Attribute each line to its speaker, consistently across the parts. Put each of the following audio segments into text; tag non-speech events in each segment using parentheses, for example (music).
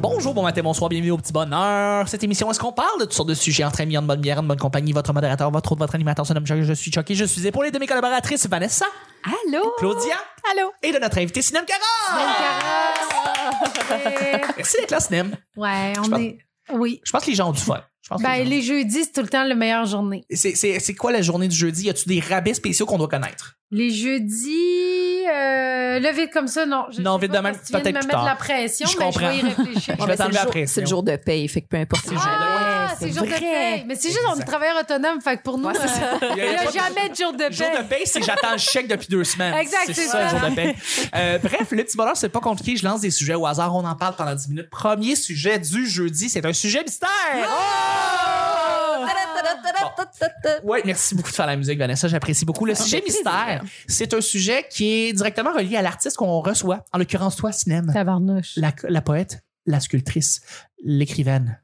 Speaker 1: Bonjour, bon matin, bonsoir, bienvenue au petit bonheur. Cette émission, est-ce qu'on parle de toutes sortes de sujets entre amis, en bonne bière, en bonne compagnie? Votre modérateur, votre autre, votre animateur, son nom Chuck, je suis Chucky. Je suis épaulé de mes collaboratrices Vanessa,
Speaker 2: Allô?
Speaker 1: Claudia
Speaker 2: Allô?
Speaker 1: et de notre invité Oh, Sinem Cara. Merci d'être là, Sinem.
Speaker 2: Ah! Ouais, on
Speaker 1: pense-
Speaker 2: est. Oui.
Speaker 1: Je pense que les gens ont du fun. Je pense que
Speaker 2: Ben,
Speaker 1: les gens-
Speaker 2: les jeudis, c'est tout le temps la meilleure journée.
Speaker 1: C'est- C'est c'est quoi la journée du jeudi? Y a-tu des rabais spéciaux qu'on doit connaître?
Speaker 2: Les jeudis, euh, le vide comme ça, non. Je
Speaker 1: Non,
Speaker 2: sais
Speaker 1: vide
Speaker 2: pas
Speaker 1: de même,
Speaker 2: parce que tu viens
Speaker 1: peut-être
Speaker 2: de me
Speaker 1: plus
Speaker 2: mettre
Speaker 1: tard.
Speaker 2: la pression,
Speaker 1: Je
Speaker 2: mais
Speaker 1: comprends.
Speaker 2: je vais y réfléchir.
Speaker 1: (laughs) Je vais t'enlever la pression.
Speaker 3: C'est le jour de paye, fait que peu importe ces jours-là.
Speaker 2: Ah,
Speaker 3: Ouais,
Speaker 2: c'est jour de
Speaker 3: vrai.
Speaker 2: paye. Mais c'est juste, on est
Speaker 1: Exact.
Speaker 2: travailleurs autonomes, fait que pour nous,
Speaker 3: Ouais, c'est
Speaker 2: euh,
Speaker 1: Il y
Speaker 2: il n'y
Speaker 1: pas
Speaker 2: a
Speaker 1: de-
Speaker 2: jamais de jour de
Speaker 1: Le jour de
Speaker 2: paye.
Speaker 1: paye, c'est que j'attends le chèque depuis deux semaines.
Speaker 2: Exact,
Speaker 1: c'est
Speaker 2: c'est
Speaker 1: ça,
Speaker 2: ça.
Speaker 1: le jour de paye. Euh, bref, le petit bonheur, c'est pas compliqué. Je lance des sujets au hasard. On en parle pendant 10 minutes. Premier sujet du jeudi, c'est un sujet mystère. Oui, merci beaucoup de faire la musique, Vanessa. J'apprécie beaucoup. Le sujet
Speaker 3: fait plaisir.
Speaker 1: mystère, c'est un sujet qui est directement relié à l'artiste qu'on reçoit. En l'occurrence, toi, Sinem,
Speaker 2: Tabarnouche.
Speaker 1: la, la poète, la sculptrice, l'écrivaine.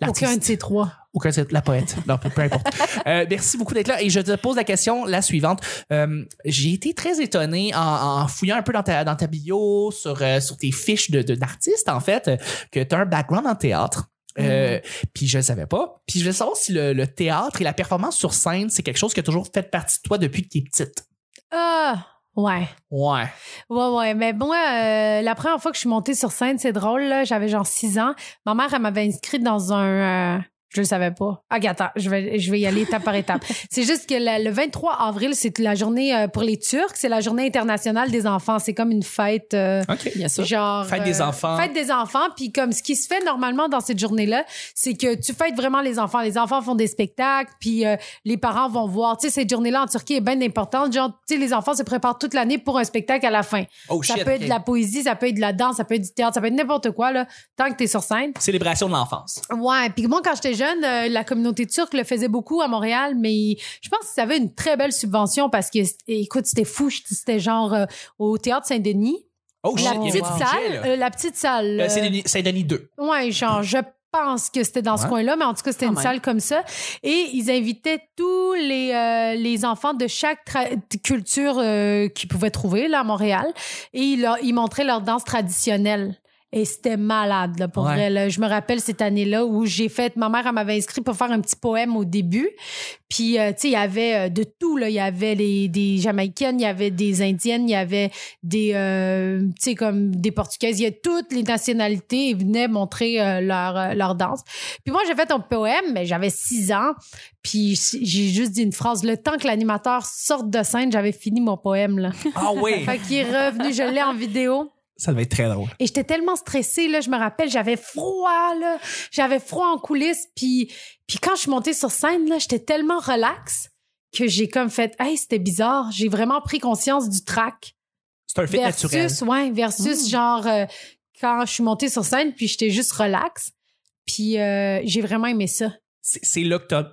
Speaker 1: l'artiste.
Speaker 2: Aucun de ces trois.
Speaker 1: Aucun, c'est la poète. Non, peu, peu importe. Euh, merci beaucoup d'être là. Et je te pose la question, la suivante. Euh, J'ai été très étonné en, en fouillant un peu dans ta, dans ta bio, sur, euh, sur tes fiches de- de- d'artiste, en fait, euh, que tu as un background en théâtre. Euh, Puis je ne savais pas. Puis je veux savoir si le, le théâtre et la performance sur scène, c'est quelque chose qui a toujours fait partie de toi depuis que tu es petite.
Speaker 2: Ah, ouais.
Speaker 1: Ouais.
Speaker 2: Ouais, ouais. Mais moi, euh, la première fois que je suis montée sur scène, c'est drôle, là. J'avais genre 6 ans. Ma mère, elle m'avait inscrite dans un. euh, je le savais pas. Ok, attends, je vais, je vais y aller étape
Speaker 1: (laughs)
Speaker 2: par étape. C'est juste que la- le 23 avril, c'est la journée euh, pour les Turcs. C'est la journée internationale des enfants. C'est comme une fête. euh,
Speaker 1: OK.
Speaker 3: Bien sûr.
Speaker 2: Genre,
Speaker 1: Ah, Fête des enfants.
Speaker 2: Euh, Fête des enfants. Puis comme ce qui se fait normalement dans cette journée-là, c'est que tu fêtes vraiment les enfants. Les enfants font des spectacles, puis euh, les parents vont voir. Tu sais, cette journée-là en Turquie est bien importante. Genre, tu sais, les enfants se préparent toute l'année pour un spectacle à la fin.
Speaker 1: Oh
Speaker 2: ça
Speaker 1: shit.
Speaker 2: peut être
Speaker 1: ok.
Speaker 2: de la poésie, ça peut être de la danse, ça peut être du théâtre, ça peut être n'importe quoi, là, tant que t'es sur scène.
Speaker 1: Célébration de l'enfance.
Speaker 2: Ouais, puis moi, quand j'étais jeune, euh, la communauté turque le faisait beaucoup à Montréal, mais je pense qu'ils avaient une très belle subvention parce que, écoute, c'était fou. C'était genre euh, au Théâtre Saint-Denis.
Speaker 1: Oh shit,
Speaker 2: La
Speaker 1: il y
Speaker 2: petite
Speaker 1: avait du budget,
Speaker 2: salle.
Speaker 1: là.
Speaker 2: euh, la petite salle.
Speaker 1: Euh,
Speaker 2: euh,
Speaker 1: c'est Denis- c'est Denis 2.
Speaker 2: Ouais, genre, je pense que c'était dans ce
Speaker 1: Ouais.
Speaker 2: coin-là, mais en tout cas, c'était
Speaker 3: Quand
Speaker 2: une
Speaker 3: même.
Speaker 2: salle comme ça. Et ils invitaient tous les, euh, les enfants de chaque tra- culture euh, qu'ils pouvaient trouver là, à Montréal. Et ils, leur- ils montraient leur danse traditionnelle. Et c'était malade, là, pour
Speaker 1: Ouais.
Speaker 2: vrai. là. Je me rappelle cette année-là où j'ai fait... Ma mère, elle m'avait inscrit pour faire un petit poème au début. Puis, euh, tu sais, il y avait euh, de tout. là. Il y avait les- des Jamaïcaines, il y avait des Indiennes, il y avait des, euh, tu sais, comme des Portugaises. Il y a toutes les nationalités. Ils venaient montrer euh, leur, euh, leur danse. Puis moi, j'ai fait un poème, mais j'avais six ans. Puis j'ai juste dit une phrase. Le temps que l'animateur sorte de scène, j'avais fini mon poème. Là.
Speaker 1: Ah oui.
Speaker 2: (laughs) Fait qu'il est revenu, je l'ai en vidéo.
Speaker 1: Ça devait être très drôle.
Speaker 2: Et j'étais tellement stressée, là, je me rappelle, j'avais froid, là. J'avais froid en coulisses. Puis, puis quand je suis montée sur scène, là, j'étais tellement relax que j'ai comme fait, hey, c'était bizarre. J'ai vraiment pris conscience du track.
Speaker 1: C'est un fait naturel.
Speaker 2: Versus, ouais, versus
Speaker 3: Mm.
Speaker 2: genre, euh, quand je suis montée sur scène, puis j'étais juste relax. Puis euh, j'ai vraiment aimé ça.
Speaker 1: C'est c'est là que t'as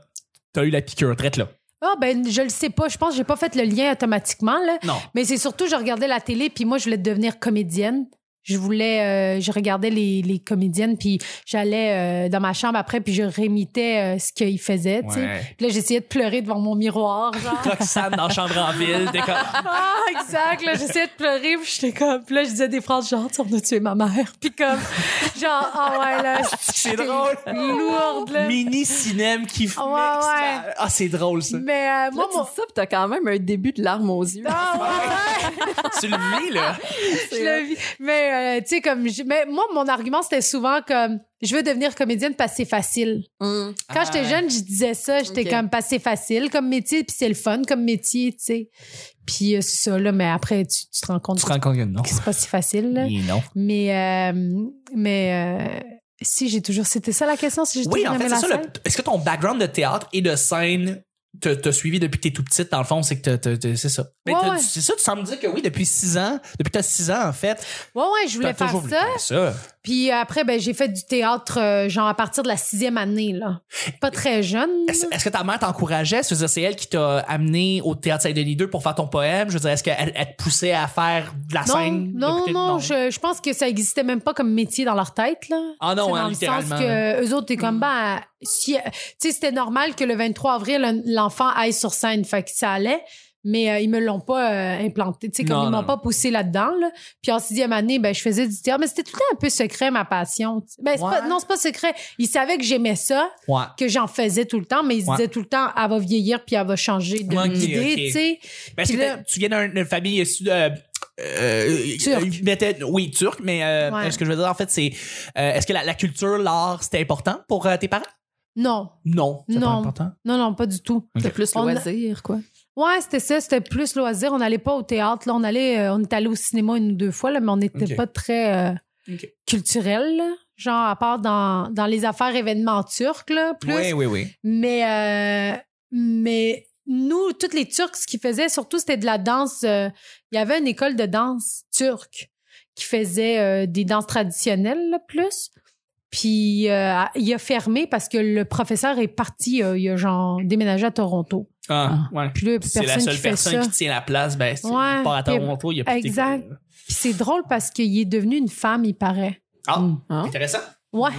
Speaker 1: as eu la piqûre, traite là.
Speaker 2: Ah, ben, je le sais pas. Je pense que j'ai pas fait le lien automatiquement, là.
Speaker 1: Non.
Speaker 2: Mais c'est surtout, je regardais la télé, puis moi, je voulais devenir comédienne. Je voulais, euh, je regardais les, les comédiennes, puis j'allais euh, dans ma chambre après, puis je rémitais euh, ce qu'ils faisaient, tu sais. Puis là, j'essayais de pleurer devant mon miroir, genre.
Speaker 1: Roxane dans Chambre en ville. t'es comme-
Speaker 2: (laughs) ah, exact, là, j'essayais de pleurer, puis j'étais comme... Puis là, je disais des phrases genre, tu sais, on a tué ma mère, puis comme, genre, ah ouais, là...
Speaker 1: (laughs) C'est
Speaker 2: j'étais
Speaker 1: drôle.
Speaker 2: Lourde, (laughs) là.
Speaker 1: Mini cinème qui fait.
Speaker 2: Ouais, ouais.
Speaker 1: Ah, c'est drôle ça.
Speaker 2: Mais
Speaker 3: Moi,
Speaker 2: euh, moi,
Speaker 3: tu
Speaker 2: mon...
Speaker 3: dis ça, puis t'as quand même un début de larmes aux yeux.
Speaker 2: Ah,
Speaker 1: (laughs)
Speaker 2: ouais.
Speaker 1: tu le vis là.
Speaker 2: je le vis. Mais euh, tu sais comme je- mais moi mon argument c'était souvent comme je veux devenir comédienne parce que c'est facile.
Speaker 3: Hum.
Speaker 2: Quand
Speaker 1: Ah,
Speaker 2: j'étais
Speaker 1: ouais.
Speaker 2: jeune, je disais ça, j'étais
Speaker 3: Ok.
Speaker 2: comme parce que c'est facile comme métier puis c'est le fun comme métier, tu sais. Puis euh, c'est ça là mais après tu, tu te rends compte
Speaker 1: Tu te rends compte que non.
Speaker 2: que c'est pas si facile là.
Speaker 1: Et non.
Speaker 2: Mais euh, mais euh, si j'ai toujours c'était ça la question si j'ai
Speaker 1: Oui,
Speaker 2: toujours
Speaker 1: en
Speaker 2: aimé
Speaker 1: fait,
Speaker 2: la
Speaker 1: c'est ça. le-
Speaker 2: scène?
Speaker 1: Est-ce que ton background de théâtre et de scène te- t'a suivi depuis que t'es tout petite, dans le fond, c'est que t'as- t'as- t'as- c'est ça. Mais
Speaker 2: Ouais,
Speaker 1: t'as-
Speaker 2: ouais.
Speaker 1: c'est ça, tu sembles dire que oui, depuis six ans, depuis que t'as six ans, en fait,
Speaker 2: Ouais ouais, je
Speaker 1: t'as
Speaker 2: voulais faire
Speaker 1: toujours voulu
Speaker 2: ça.
Speaker 1: faire ça.
Speaker 2: Puis après ben j'ai fait du théâtre euh, genre à partir de la sixième année là. Pas très jeune.
Speaker 1: Est-ce est-ce que ta mère t'encourageait? Je veux dire, C'est elle qui t'a amené au Théâtre Saint-Denis 2 pour faire ton poème. Je veux dire, est-ce qu'elle elle te poussait à faire de la
Speaker 2: Non,
Speaker 1: scène?
Speaker 2: non,
Speaker 1: depuis-
Speaker 2: non, je, je pense que ça existait même pas comme métier dans leur tête là.
Speaker 1: Ah
Speaker 2: C'est
Speaker 1: non, hein,
Speaker 2: dans le sens
Speaker 1: littéralement. Mm.
Speaker 2: que eux autres t'es comme ben si tu sais c'était normal que le 23 avril un- l'enfant aille sur scène, fait que ça allait. mais euh, ils me l'ont pas euh, implanté. Tu sais, comme
Speaker 1: Non,
Speaker 2: ils
Speaker 1: non,
Speaker 2: m'ont
Speaker 1: non.
Speaker 2: pas poussé là-dedans. là. Puis en sixième année, ben, je faisais du théâtre, mais c'était tout le temps un peu secret, ma passion. tu sais. Ben, c'est
Speaker 1: Ouais.
Speaker 2: pas, non, c'est pas secret. Ils savaient que j'aimais ça,
Speaker 1: Ouais.
Speaker 2: que j'en faisais tout le temps, mais ils se
Speaker 1: Ouais.
Speaker 2: disaient tout le temps, elle va vieillir, puis elle va changer de
Speaker 1: Ok,
Speaker 2: d'idée,
Speaker 1: ok.
Speaker 2: tu sais.
Speaker 1: Parce que
Speaker 2: Puis là-
Speaker 1: t'as- tu viens d'un- d'une famille issue de. euh,
Speaker 2: Turque.
Speaker 1: euh, méthode- oui, turc, mais euh,
Speaker 2: Ouais.
Speaker 1: ce que je veux dire, en fait, c'est euh, est-ce que la, la culture, l'art, c'était important pour euh, tes parents?
Speaker 2: Non,
Speaker 1: Non. c'est pas
Speaker 2: Non.
Speaker 1: important.
Speaker 2: non, non, pas du tout.
Speaker 3: C'était plus
Speaker 2: On a-
Speaker 3: loisir, quoi.
Speaker 2: Ouais, c'était ça, c'était plus loisir. On n'allait pas au théâtre. Là, on allait, euh, on est allé au cinéma une ou deux fois, là, mais on n'était
Speaker 1: Ok.
Speaker 2: pas très euh,
Speaker 1: Ok.
Speaker 2: culturel. là. Genre, à part dans, dans les affaires événements turcs, là, plus.
Speaker 1: Oui, oui, oui.
Speaker 2: Mais, euh, mais nous, toutes les Turcs, ce qu'ils faisaient, surtout, c'était de la danse. euh, il y avait une école de danse turque qui faisait euh, des danses traditionnelles, là, plus. Puis, euh, il a fermé parce que le professeur est parti, euh, il a genre déménagé à Toronto.
Speaker 1: Ah, ouais.
Speaker 2: Puis là, il y a
Speaker 1: Puis
Speaker 2: plus
Speaker 1: C'est la
Speaker 2: personne
Speaker 1: seule
Speaker 2: qui fait
Speaker 1: personne
Speaker 2: ça.
Speaker 1: qui tient la place. Ben, c'est
Speaker 2: Ouais,
Speaker 1: pas à
Speaker 2: puis-
Speaker 1: Toronto, il y a plus
Speaker 2: Exact.
Speaker 1: d'école.
Speaker 2: Puis c'est drôle parce qu'il est devenu une femme, il paraît. Hmm.
Speaker 1: Ah,
Speaker 2: (laughs)
Speaker 3: Hein?
Speaker 1: intéressant.
Speaker 2: Ouais.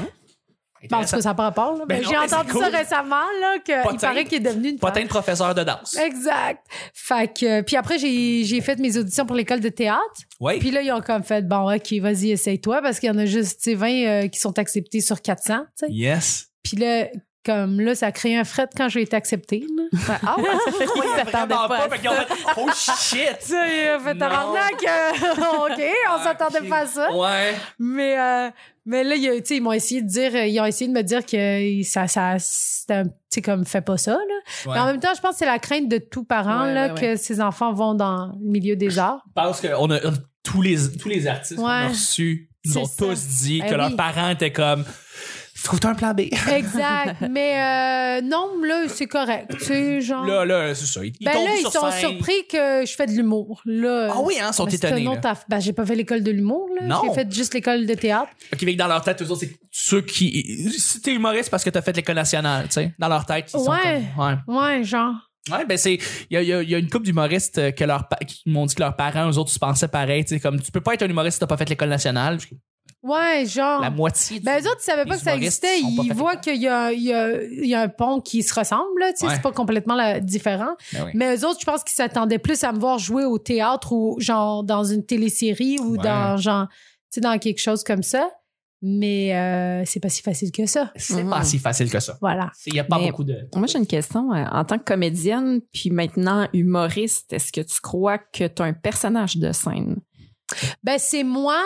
Speaker 2: Ben, en tout
Speaker 1: Intéressant.
Speaker 2: cas, ça n'a pas rapport. là.
Speaker 1: Ben
Speaker 2: Mais
Speaker 1: non,
Speaker 2: J'ai
Speaker 1: mais c'est
Speaker 2: entendu
Speaker 1: cool.
Speaker 2: ça récemment, là, qu'il
Speaker 1: Potin.
Speaker 2: paraît qu'il est devenu une femme.
Speaker 1: Potin de professeur de danse.
Speaker 2: Exact. Fait que, puis après, j'ai j'ai fait mes auditions pour l'école de théâtre.
Speaker 1: Oui.
Speaker 2: Puis là, ils ont comme fait, bon, OK, vas-y, essaye-toi, parce qu'il y en a juste, tu sais, 20 euh, qui sont acceptés sur 400, tu sais.
Speaker 1: Yes.
Speaker 2: Puis là, comme là, ça a créé un fret quand j'ai été acceptée. là.
Speaker 1: (laughs)
Speaker 2: Fait, ah ouais,
Speaker 1: Ils
Speaker 3: s'attendaient
Speaker 1: vraiment
Speaker 3: pas à
Speaker 1: fait qu'ils ont fait, oh shit!
Speaker 2: ça, euh, fait
Speaker 1: Non.
Speaker 2: tabarnak, euh, (laughs) OK,
Speaker 1: (laughs)
Speaker 2: on s'attendait
Speaker 1: Ah, Ok.
Speaker 2: pas à ça.
Speaker 1: Ouais.
Speaker 2: Mais, euh, mais là, il y a- tu sais, ils m'ont essayé de dire, euh, ils ont essayé de me dire que ça, ça c'était un- tu sais, comme, fais pas ça, là. Mais en
Speaker 1: ouais.
Speaker 2: même temps, je pense que c'est la crainte de tout parent,
Speaker 3: Ouais,
Speaker 2: là,
Speaker 3: ouais, ouais.
Speaker 2: que ses enfants vont dans le milieu des arts.
Speaker 1: Parce qu'on a, on- tous, les, tous les artistes qu'on a
Speaker 2: Ouais.
Speaker 1: reçus nous
Speaker 2: C'est
Speaker 1: ont
Speaker 2: ça.
Speaker 1: tous dit
Speaker 2: Eh
Speaker 1: que leurs
Speaker 2: oui.
Speaker 1: parents étaient comme, trouve-toi un plan B.
Speaker 2: (laughs) Exact. mais, euh, non, là, c'est correct, tu sais, genre.
Speaker 1: Là, là, c'est ça. Ils, ils
Speaker 2: ben
Speaker 1: tombent
Speaker 2: là, ils
Speaker 1: sur
Speaker 2: sont
Speaker 1: scène.
Speaker 2: surpris que je fais de l'humour, là.
Speaker 1: Ah oui, hein, ils sont
Speaker 2: Ben, c'est
Speaker 1: étonnés.
Speaker 2: un
Speaker 1: là.
Speaker 2: autre aff- Ben, j'ai pas fait l'école de l'humour, là.
Speaker 1: Non.
Speaker 2: J'ai fait juste l'école de théâtre.
Speaker 1: Au Québec, dans leur tête, eux autres, c'est ceux qui. Si t'es humoriste, c'est parce que t'as fait l'école nationale, tu sais. Dans leur tête, ils sont
Speaker 2: Ouais.
Speaker 1: comme- ouais.
Speaker 2: Ouais, genre.
Speaker 1: Ouais, ben c'est. Il y a, il y a- il y a une couple d'humoristes euh, que leur pa- qui m'ont dit que leurs parents, eux autres, se pensaient pareil. Tu sais, comme tu peux pas être un humoriste si t'as pas fait l'école nationale.
Speaker 2: Ouais, genre.
Speaker 1: La moitié. du-
Speaker 2: Ben, eux autres, ils savaient pas
Speaker 1: Les
Speaker 2: que ça
Speaker 1: humoristes
Speaker 2: existait.
Speaker 1: sont pas
Speaker 2: Ils
Speaker 1: faits
Speaker 2: voient qu'il y a, il y, a, il y a un pont qui se ressemble, là. Tu sais,
Speaker 1: Ouais.
Speaker 2: c'est pas complètement là, différent.
Speaker 1: Ben oui.
Speaker 2: Mais eux autres, je pense qu'ils s'attendaient plus à me voir jouer au théâtre ou, genre, dans une télésérie ou
Speaker 1: Ouais.
Speaker 2: dans, genre, tu sais, dans quelque chose comme ça. Mais euh, c'est pas si facile que ça.
Speaker 1: C'est
Speaker 3: Mhm.
Speaker 1: pas si facile que ça.
Speaker 2: Voilà.
Speaker 1: C'est- Il y a pas
Speaker 3: Mais-
Speaker 1: beaucoup de.
Speaker 3: Moi, j'ai une question. euh, En tant que comédienne, puis maintenant humoriste, est-ce que tu crois que tu as un personnage de scène
Speaker 2: Ben, c'est moi.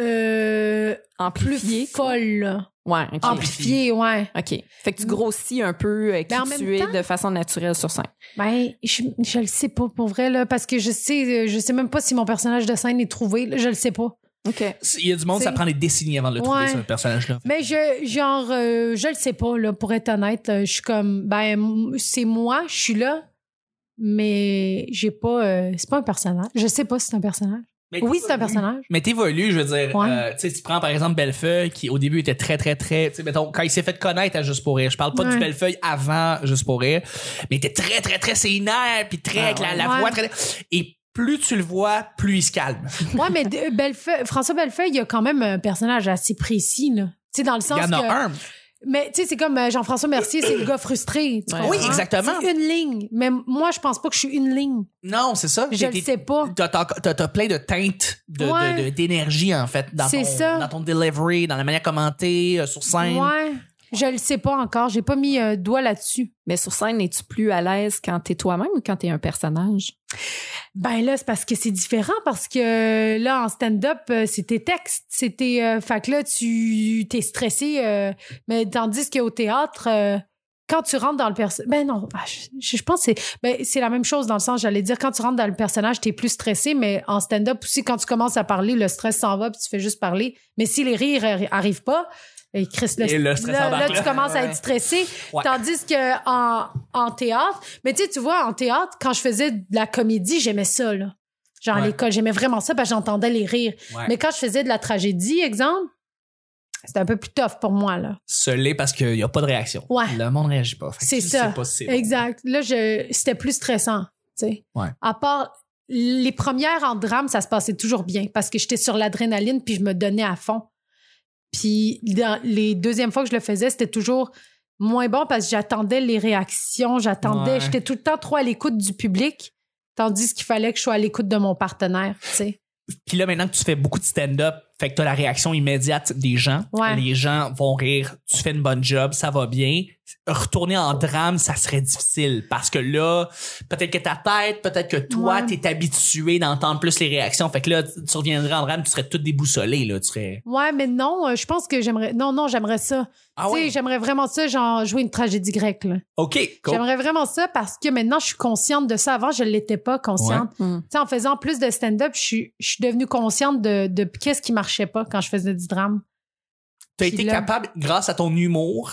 Speaker 2: Euh,
Speaker 3: amplifié?
Speaker 2: plus folle. là.
Speaker 3: Ouais, OK.
Speaker 2: Amplifiée, ouais.
Speaker 3: OK. Fait que tu grossis un peu euh, qui
Speaker 2: Ben, en même
Speaker 3: tu es
Speaker 2: temps-
Speaker 3: de façon naturelle sur scène.
Speaker 2: Ben, je, je le sais pas pour vrai, là, parce que je sais, je sais même pas si mon personnage de scène est trouvé, là, je le sais pas.
Speaker 3: OK.
Speaker 1: Il y a du monde,
Speaker 2: C'est-
Speaker 1: ça prend des décennies avant de le trouver,
Speaker 2: Ouais.
Speaker 1: ce personnage-là.
Speaker 2: Mais je, genre, euh, je le sais pas, là, pour être honnête, là, je suis comme, ben, m- c'est moi, je suis là, mais j'ai pas, euh, c'est pas un personnage. Je sais pas si c'est un personnage.
Speaker 1: Mais
Speaker 2: Oui, c'est un
Speaker 1: t'évolues.
Speaker 2: personnage.
Speaker 1: Mais t'évolues, je veux dire.
Speaker 2: Ouais.
Speaker 1: euh, tu sais, tu prends par exemple Bellefeuille, qui au début était très, très, très. Tu sais, mettons, quand il s'est fait connaître à Juste pour Rire, je parle pas du
Speaker 2: Ouais.
Speaker 1: Bellefeuille avant Juste pour Rire, mais il était très, très, très sénère, puis très
Speaker 3: Ah
Speaker 1: avec la, la
Speaker 2: ouais.
Speaker 1: voix très. Et plus tu le vois, plus il se calme.
Speaker 2: Ouais, mais de- euh, Bellefeuille- François Bellefeuille, il y a quand même un personnage assez précis, là. Tu sais, dans le
Speaker 1: Il
Speaker 2: sens
Speaker 1: y en
Speaker 2: que-
Speaker 1: a un.
Speaker 2: Mais tu sais, c'est comme euh, Jean-François Mercier, c'est le gars frustré. tu
Speaker 3: Ouais.
Speaker 2: comprends?
Speaker 1: Oui, exactement.
Speaker 2: C'est une ligne. Mais moi, je pense pas que je suis une ligne.
Speaker 1: Non, c'est ça.
Speaker 2: Je
Speaker 1: T'es-
Speaker 2: le
Speaker 1: t'es-
Speaker 2: sais pas.
Speaker 1: T'as, t'as- t'as- t'as plein de teintes de- de-
Speaker 2: Oh. Ouais.
Speaker 1: de- d'énergie, en fait, dans ton,
Speaker 2: C'est ça.
Speaker 1: dans ton delivery, dans la manière commentée, euh, sur scène.
Speaker 2: Ouais. Je le sais pas encore. J'ai pas mis un doigt là-dessus.
Speaker 3: Mais sur scène, es-tu plus à l'aise quand t'es toi-même ou quand t'es un personnage?
Speaker 2: Ben là, c'est parce que c'est différent, parce que là, en stand-up, euh, c'est tes textes. C'était. Euh, fait que là, tu t'es stressé. euh, mais tandis qu'au théâtre. euh, quand tu rentres dans le personnage, ben non, ah, je, je pense que c'est ben, c'est la même chose dans le sens, j'allais dire, quand tu rentres dans le personnage, t'es plus stressé, mais en stand-up aussi, quand tu commences à parler, le stress s'en va, puis tu fais juste parler. Mais si les rires arri- arrivent pas, et Chris, le-
Speaker 1: Et le stress
Speaker 2: là,
Speaker 1: embarque,
Speaker 2: là,
Speaker 1: là.
Speaker 2: tu commences à être stressé.
Speaker 1: Ouais.
Speaker 2: Tandis que en, en théâtre, mais tu sais, tu vois, en théâtre, quand je faisais de la comédie, j'aimais ça, là. Genre à
Speaker 1: Ouais.
Speaker 2: l'école, j'aimais vraiment ça parce que j'entendais les rires.
Speaker 1: Ouais.
Speaker 2: Mais quand je faisais de la tragédie, exemple, c'était un peu plus tough pour moi, là.
Speaker 1: Se l'est parce qu'il n'y a pas de réaction.
Speaker 2: Ouais.
Speaker 1: Le monde réagit pas. Fait que
Speaker 2: C'est
Speaker 1: tu
Speaker 2: ça.
Speaker 1: sais pas si c'est bon.
Speaker 2: Exact. Là, je, c'était plus stressant, tu sais.
Speaker 1: Ouais.
Speaker 2: À part les premières en drame, ça se passait toujours bien parce que j'étais sur l'adrénaline puis je me donnais à fond. Puis dans les deuxièmes fois que je le faisais, c'était toujours moins bon parce que j'attendais les réactions, j'attendais,
Speaker 1: Ouais.
Speaker 2: j'étais tout le temps trop à l'écoute du public, tandis qu'il fallait que je sois à l'écoute de mon partenaire, tu sais.
Speaker 1: Puis là, maintenant que tu fais beaucoup de stand-up, fait que t'as la réaction immédiate des gens.
Speaker 2: Ouais.
Speaker 1: Les gens vont rire, tu fais une bonne job, ça va bien. Retourner en drame, ça serait difficile parce que là, peut-être que ta tête, peut-être que toi,
Speaker 2: Ouais.
Speaker 1: t'es habitué d'entendre plus les réactions. Fait que là, tu tu reviendrais en drame, tu serais tout déboussolé, là. Tu serais.
Speaker 2: Ouais, mais non, euh, je pense que j'aimerais. Non, non, j'aimerais ça.
Speaker 1: Ah
Speaker 2: tu sais, j'aimerais vraiment ça, genre jouer une tragédie grecque. là.
Speaker 1: OK, cool.
Speaker 2: J'aimerais vraiment ça parce que maintenant, je suis consciente de ça. Avant, je ne l'étais pas consciente.
Speaker 3: Mm.
Speaker 2: Tu sais, en faisant plus de stand-up, je suis, je suis devenue consciente de, de qu'est-ce qui marchait pas quand je faisais du drame.
Speaker 1: T'as
Speaker 2: Puis
Speaker 1: été
Speaker 2: là-
Speaker 1: capable, grâce à ton humour,